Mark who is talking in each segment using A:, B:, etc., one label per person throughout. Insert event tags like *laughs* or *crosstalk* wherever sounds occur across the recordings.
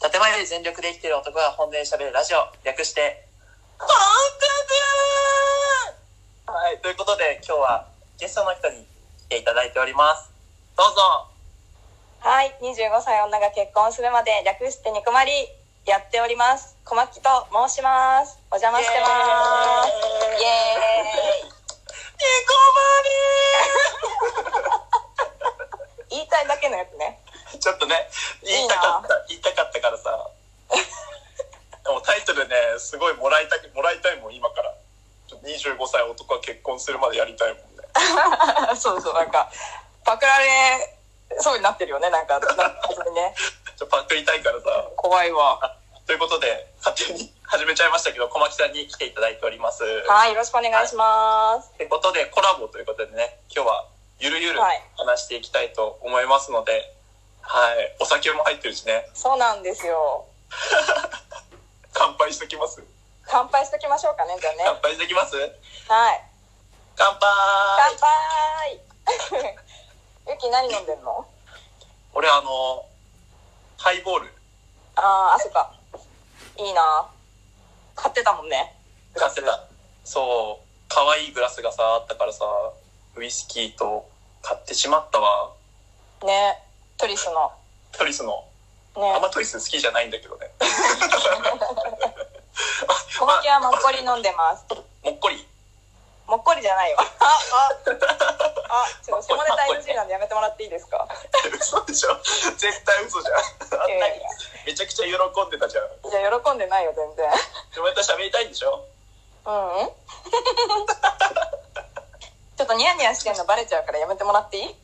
A: 建前で全力で生きてる男が本音で喋るラジオ、略して、本当だはい、ということで今日はゲストの人に来ていただいております。どうぞ
B: はい、25歳女が結婚するまで略してニコマリやっております。小牧と申します。お邪魔してます。イエーイ
A: ニコ
B: 言いたいだけのやつね。
A: マリーちょっとね、言いたかった、言いたかったからさ。でもタイトルね、すごいもらいたく、もらいたいもん、今から。ちょっと25歳男は結婚するまでやりたいもんね。
B: *laughs* そうそう、なんか、パクられそうになってるよね、なんか、なんか本当に *laughs* ね。
A: ちょっとパクりたいからさ。
B: 怖いわ。
A: ということで、勝手に始めちゃいましたけど、小牧さんに来ていただいております。と
B: はい、よろしくお願いします。
A: いうことで、コラボということでね、今日はゆるゆる
B: はい
A: 話していきたいと思いますので、はい、お酒も入ってるしね、
B: そうなんですよ。
A: 乾杯しときます。
B: 乾杯しときましょうかね、じゃあ
A: 乾
B: ね。
A: 杯してきます
B: はい。
A: 乾
B: 乾
A: 杯
B: 杯 *laughs* ゆき何飲んでんの
A: 俺、あの、ハイボール
B: ああ、あそっか。いいな。買ってたもんね。
A: 買ってた。そう、可愛いグラスがさ、あったからさ、ウイスキーと買ってしまったわ。
B: ねトリスの
A: トリスの、あん
B: ね
A: まトリス好きじゃないんだけどね。
B: 小牧はもっこり飲んでます
A: もっこり。 *laughs*
B: もっこりじゃないよあああちょっと下ネタ NG なんでやめてもらっていいですか
A: 嘘でしょ絶対嘘じゃんあ
B: い
A: ん
B: や
A: ない
B: や
A: にめちゃくちゃ喜んでたじゃん
B: いや喜んでないよ全然
A: でもやったら喋りたいんでしょ
B: う
A: *laughs*
B: んうんちょっとニヤニヤしてんのバレちゃうからやめてもらっていいい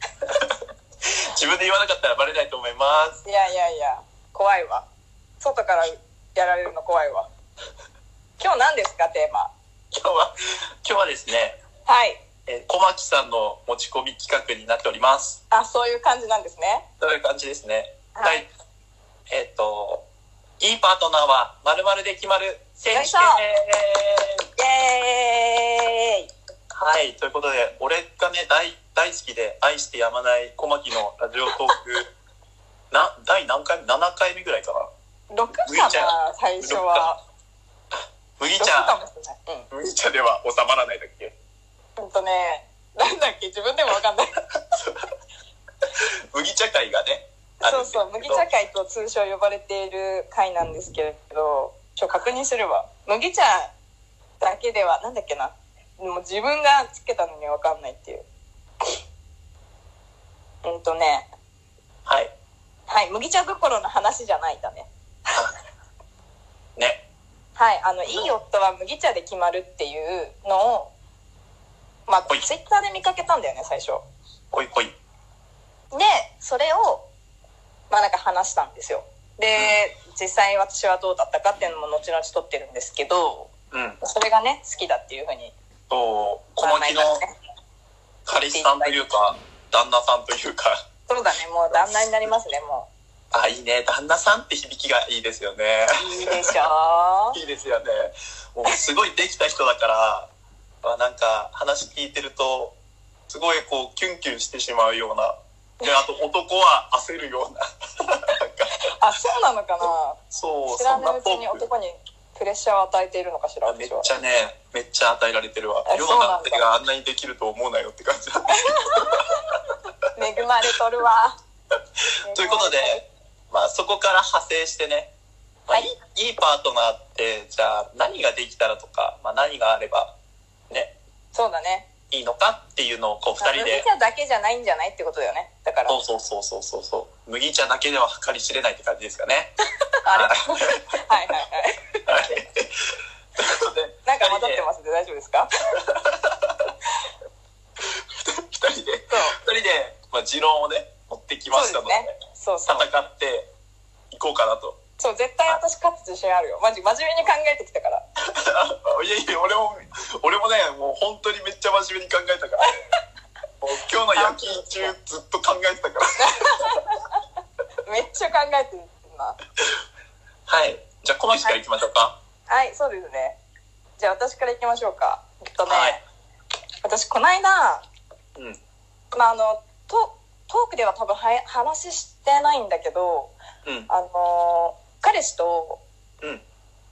A: 自分で言わなかったらバレないと思います
B: やいやいや怖いわ外からやられるの怖いわ今日何ですかテーマ
A: 今日は今日はですね
B: はい
A: えー小牧さんの持ち込み企画になっております
B: あそういう感じなんですね
A: という感じですね
B: はい
A: えっ、といいパートナーはまるで決まる選手権
B: よイエーイ
A: はいということで俺がね大大好きで愛してやまない小牧のラジオトーク *laughs* な第何回目7回目ぐらいかな
B: 6かな最初は
A: 麦
B: 6か
A: 茶
B: もしれないうん
A: 麦茶では収まらないだっけ
B: ほんとね、なんだっけ、自分でもわかんない。
A: 麦茶会がねあるんで
B: *laughs* そう
A: すけど
B: そう、麦茶会と通称呼ばれている会なんですけれど、ちょ、確認するわ。麦茶だけでは、なんだっけな。もう自分がつけたのにわかんないっていう。うんとね、
A: はい
B: はい、麦茶どころの話じゃないだね。
A: ね
B: はい、あの、いい夫は麦茶で決まるっていうのを、まあ、
A: はい
B: ツイッターで見かけたんだよね、最初。
A: ほいほい
B: でそれをまあなんか話したんですよで、実際私はどうだったかっていうのも後々撮ってるんですけど
A: うん
B: それがね好きだっていうふうに
A: と小
B: まあ
A: 牧の彼氏さんというか旦那さんというか
B: そうだねもう旦那になりますねも
A: *laughs* あいいね旦那さんって響きがいいですよね
B: ういいでしょ
A: *laughs*
B: う
A: いいですよねもうすごいできた人だからまあなんか話聞いてるとすごいこうキュンキュンしてしまうようなであと男は焦る *laughs* ような
B: あそうなのかな
A: そう
B: 知ら
A: そん
B: な
A: ないト
B: うちに
A: ーク
B: 男にプレッシャーを与えているのかしら
A: めっ
B: 私は
A: ちゃねめっちゃ与えられてるわ
B: あ
A: 世
B: そう
A: の
B: なん
A: 男
B: だ
A: 性があんなにできると思うなよって感じだ
B: 恵まれとるわ
A: *laughs* ということでまあそこから派生してね、まあ
B: はい
A: いい、いいパートナーってじゃあ何ができたらとか、まあ、何があればね
B: そうだね
A: いいのかっていうのをこう
B: まあ
A: 2人で
B: 麦茶だけじゃないんじゃないってことだよねだから
A: そうそうそうそうそうそう麦茶だけでは計り知れないって感じですかね
B: あれ
A: はい
B: はいはい *laughs*
A: は
B: はい
A: いということで
B: なんか混ざってますんで大丈夫ですか
A: 2人で2人で
B: そう
A: 二人で、まあ、持論をね持ってきましたので
B: そうそう
A: 戦っていこうかなと。
B: そう絶対私勝つ自信あるよマジ真面目に考えてきたから
A: あいやいや俺も俺もねもう本当にめっちゃ真面目に考えたから、
B: *laughs*
A: ね、もう今日の夜勤中ずっと考えてたから
B: めっちゃ考えてるな
A: はいじゃあ小牧から行きましょうか
B: はいそうですねじゃあ私からいきましょうかえっとね、
A: はい
B: 私この間
A: うん
B: まああのトトークでは多分は話してないんだけど
A: うん
B: あの彼彼氏と、
A: うん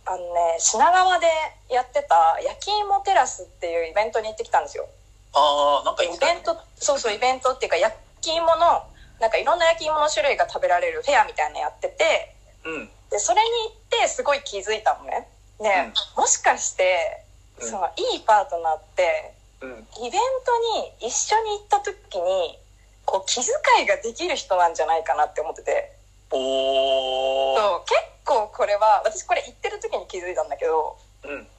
B: あのね品川でやってた焼き芋テラスっていうイベントに行ってきたんですよ
A: ああ、なんか
B: イ
A: 言ってた
B: ベントそうそうイベントっていうか焼き芋のなんかいろんな焼き芋の種類が食べられるフェアみたいなのやってて
A: うん。
B: でそれに行ってすごい気づいたのねね、もしかして
A: うん
B: そのいいパートナーって
A: うん。
B: イベントに一緒に行った時にこう気遣いができる人なんじゃないかなって思ってて。
A: おー。
B: そう結構これは私これ行ってる時に気づいたんだけど
A: うん。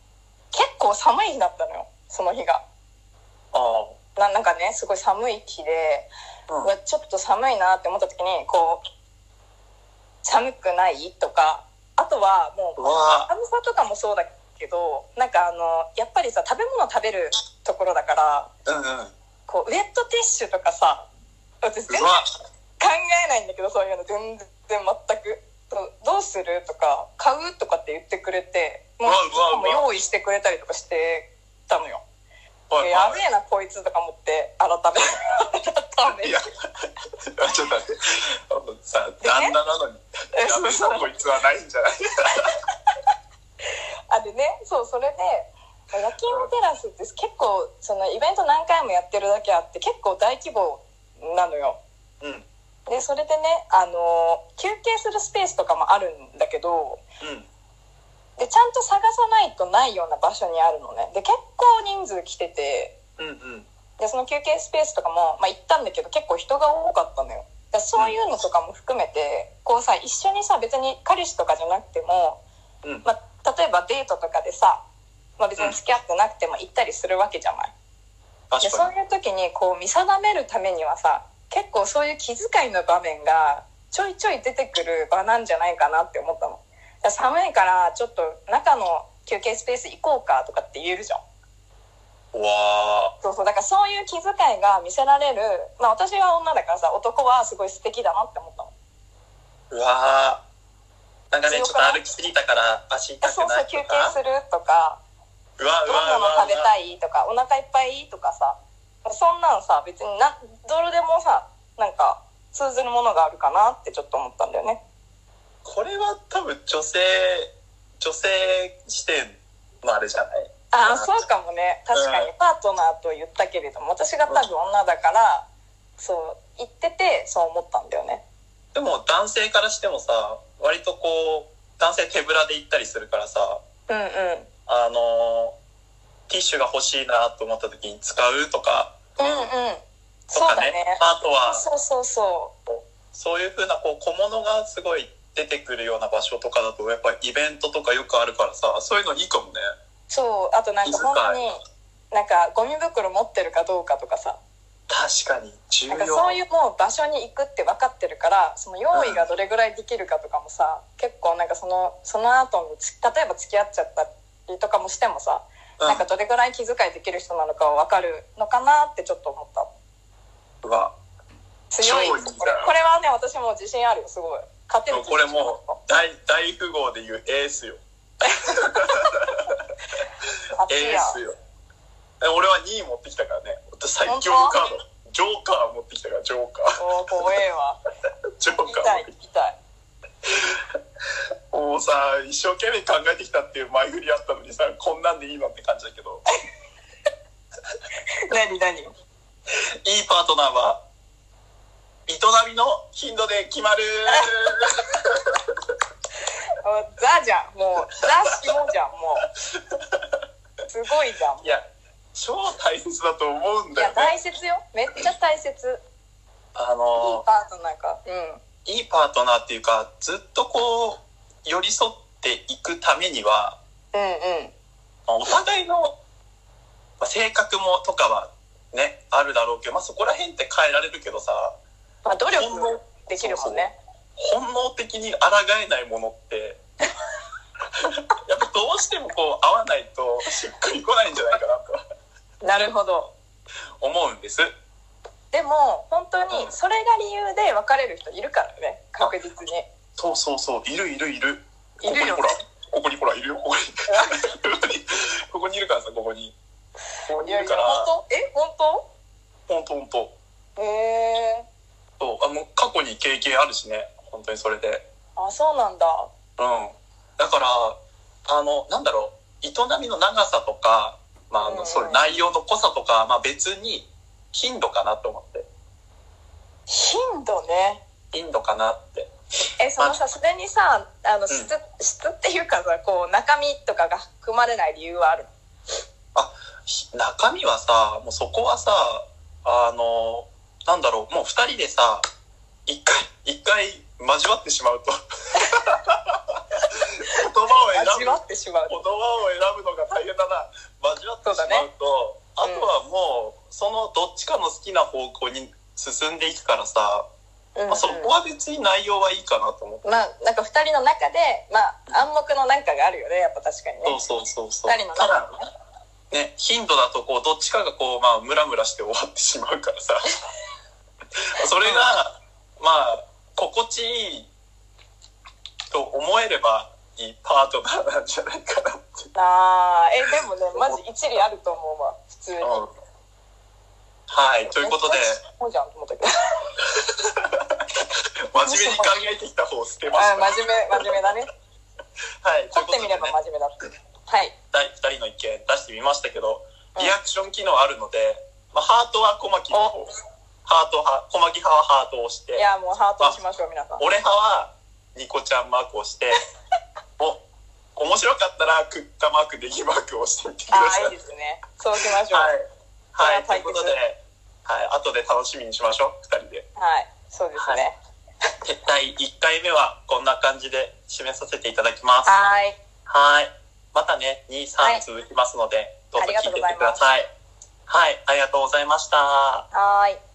B: 結構寒い日だったのよその日が
A: ああ。
B: ななんかねすごい寒い日で、
A: うん
B: うわちょっと寒いなって思った時にこう寒くないとかあとはもう
A: うわ
B: 寒さとかもそうだけどなんかあのやっぱりさ食べ物食べるところだから
A: ー。うんうん。うわ
B: こうウェットティッシュとかさ私全然考えないんだけどそういうの全然全くそうどうするとか買うとかって言ってくれてもう
A: うわうわ
B: もう用意してくれたりとかしてたのよ
A: はい
B: で
A: は
B: やべえなこいつとか思って改め
A: い。い
B: 改
A: や、 *laughs*
B: め
A: ちょっと待ってあのさ、旦那なのに、
B: え
A: や
B: そう
A: め
B: そう
A: たこいつはないんじゃない
B: あでねそうそれで焼き芋テラスって結構そのイベント何回もやってるだけあって結構大規模なのよ
A: うん。
B: でそれでねあの休憩するスペースとかもあるんだけど
A: うん。
B: でちゃんと探さないとないような場所にあるのねで結構人数来てて
A: うんうん。
B: でその休憩スペースとかも、まあ、行ったんだけど結構人が多かったのよだからそういうのとかも含めてこうさ一緒にさ別に彼氏とかじゃなくても、
A: うん。
B: まあ、例えばデートとかでさ、まあ、別に付き合ってなくても行ったりするわけじゃない
A: 確
B: でそ
A: か
B: う
A: に。
B: いう時にこう見定めるためにはさ結構そういう気遣いの場面がちょいちょい出てくる場なんじゃないかなって思ったのだから寒いからちょっと中の休憩スペース行こうかとかって言えるじゃん
A: うわ
B: そうそうだからそういう気遣いが見せられるまあ私は女だからさ男はすごい素敵だなって思ったの
A: ー。うわー。なんかね、ちょっ
B: 強
A: と
B: くない
A: 歩きすぎたから足痛く
B: そう
A: な
B: そう
A: い
B: 休
A: と
B: 憩
A: か。
B: するとか
A: うわうん
B: ど
A: わ
B: な
A: う
B: の
A: わ
B: 食べたいとかお腹いっぱいとかさそんなのさ別になどれでもさなんか通ずるものがあるかなってちょっと思ったんだよね
A: これは多分女性、女性視点のあれじゃない
B: あ
A: うん
B: あそうかもね確かに
A: う
B: パートナーと言ったけれども私が多分女だからそう言っててそう思ったんだよね
A: でも男性からしてもさ、割とこう、男性手ぶらで行ったりするからさ、
B: うんうん
A: あのーティッシュが欲しいなと思った時に使うとか、
B: うんうん
A: と
B: そう
A: か
B: だ
A: ね。
B: ね
A: あとは、
B: そうそうそ
A: そういうふうなこう小物がすごい出てくるような場所とかだと、やっぱりイベントとかよくあるからさ、そういうのいいかもね。
B: うそうあとなんか本当になんかゴミ袋持ってるかどうかとかさ
A: 確かに、重
B: なん
A: 要。
B: かそういうもう場所に行くって分かってるからその用意がどれぐらいできるかとかもさ、結構なんかそのその後につ例えば付き合っちゃったりとかもしてもさ、
A: うん
B: なんかどれぐらい気遣いできる人なのかは分かるのかなってちょっと思った
A: うわ
B: 強い
A: 超いい
B: で
A: な
B: すこれこれはね私も自信あるよすごい勝てる気
A: こ
B: が
A: れ
B: します
A: もう大、大富豪でいうエースよ。
B: 勝ち
A: エ
B: や
A: ースよ。え俺は2位持ってきたからね。私最強カード。ジョーカー持ってきたから、ジョーカー。
B: おー怖えわ
A: ジョーカー持ってき
B: 痛
A: た
B: い。痛い
A: もうさ一生懸命考えてきたっていう前振りあったのにさこんなんでいいのって感じだけど
B: 何何
A: いいパートナーは営みの頻度で決まる
B: あザじゃんもうザしもじゃんもうすごいじゃ
A: *laughs*
B: ん
A: いや超大切だと思うん
B: い
A: だ
B: や
A: よね
B: 大切よめっちゃ大切いい
A: あの
B: パートナーかうん
A: いいパートナーっていうかずっとこう寄り添っていくためには
B: うんうん
A: まあお互いの、まあ性格もとかはねあるだろうけど、まあ、そこら辺って変えられるけどさ
B: まあ努力できるもんね
A: 本能的に抗えないものって *laughs* やっぱどうしてもこう合わないとしっくりこないんじゃないかな
B: なるほど
A: と思うんです
B: でも本当にそれが理由で別れる人いるからね確実に
A: そうそうそういるいるいるここ
B: いる
A: に
B: よ
A: ほらここにほらいるよここにこ *laughs* こにここにいるからさここにここにい
B: いや
A: る
B: い
A: か
B: や
A: ら
B: 本当え本
A: 本当本当
B: 当へえ
A: そうあもう過去に経験あるしね本当にそれで
B: あそうなんだ
A: うん。だから、あの、なんだろう、営みの長さとか、まあ、あ
B: うんう
A: の、
B: ん
A: そういう内容の濃さとか、まあ別に、頻度かなと思って。
B: 頻度ね
A: 頻度かなって。
B: えそのさそれにさあの質,、質っていうかさこう中身とかが含まれない理由はあるの
A: ひ中身はさ、もうそこはさ、あの、なんだろう、もう二人でさ、一回、一回交わってしま
B: *laughs*
A: うと。言葉を選ぶ
B: 味わってしまう
A: 言葉を選ぶのが大変だな交わってしまうと
B: そ
A: あ
B: うだね
A: とはもうそのどっちかの好きな方向に進んでいくからさ、
B: うんうん
A: まあ、そこは別に内容はいいかなと思って、
B: まあなんか2人の中で、まあ、暗黙のなんかがあるよねやっぱ確かにね
A: そうそうそうそう
B: 2人の
A: ただ
B: 中で
A: ね
B: ね
A: 頻度だとこうどっちかがこうまあムラムラして終わってしまうから
B: *laughs*
A: さそれがまあ心地いいと思えればいいパートナーなんじゃないかなって
B: あーえでもねマジ一理あると思うわ普通に、
A: はい、ということで、
B: そうじゃんと思ったけど
A: 真面目に考えてきた方を捨てまし
B: あ
A: た。
B: ー真面目真面目だね
A: はい、と
B: 撮
A: いう
B: っ
A: ことで、
B: てみ
A: ね
B: れば、真面目だってはい
A: 第2人の意見出してみましたけど、
B: うん
A: リアクション機能あるので、まあ、ハートは小牧の方
B: お、
A: ハート派、小牧派はハートを押して
B: い、やもうハートをしましょう皆さん
A: 俺派はニコちゃんマークを押して、
B: *laughs*
A: お、面白かったらクッカマーク、ネギマークを押してみてくだ
B: あ
A: さ
B: あいい
A: い。
B: ですねそうしましょう
A: はい、はい、
B: そ
A: とい
B: れは対
A: う
B: 決
A: ことで、はい、後で楽しみにしましょう、2人で。
B: はい、そうですね
A: で第1回目はこんな感じで締めさせていただきます。
B: はい
A: はい。またね、2、
B: は
A: 3
B: い
A: 続きますので、どうぞ
B: ありが
A: 聞
B: と
A: いうて
B: ご
A: いっ
B: ざ
A: て
B: い
A: くだ
B: ます
A: さい。はい、ありがとうございました。
B: はーい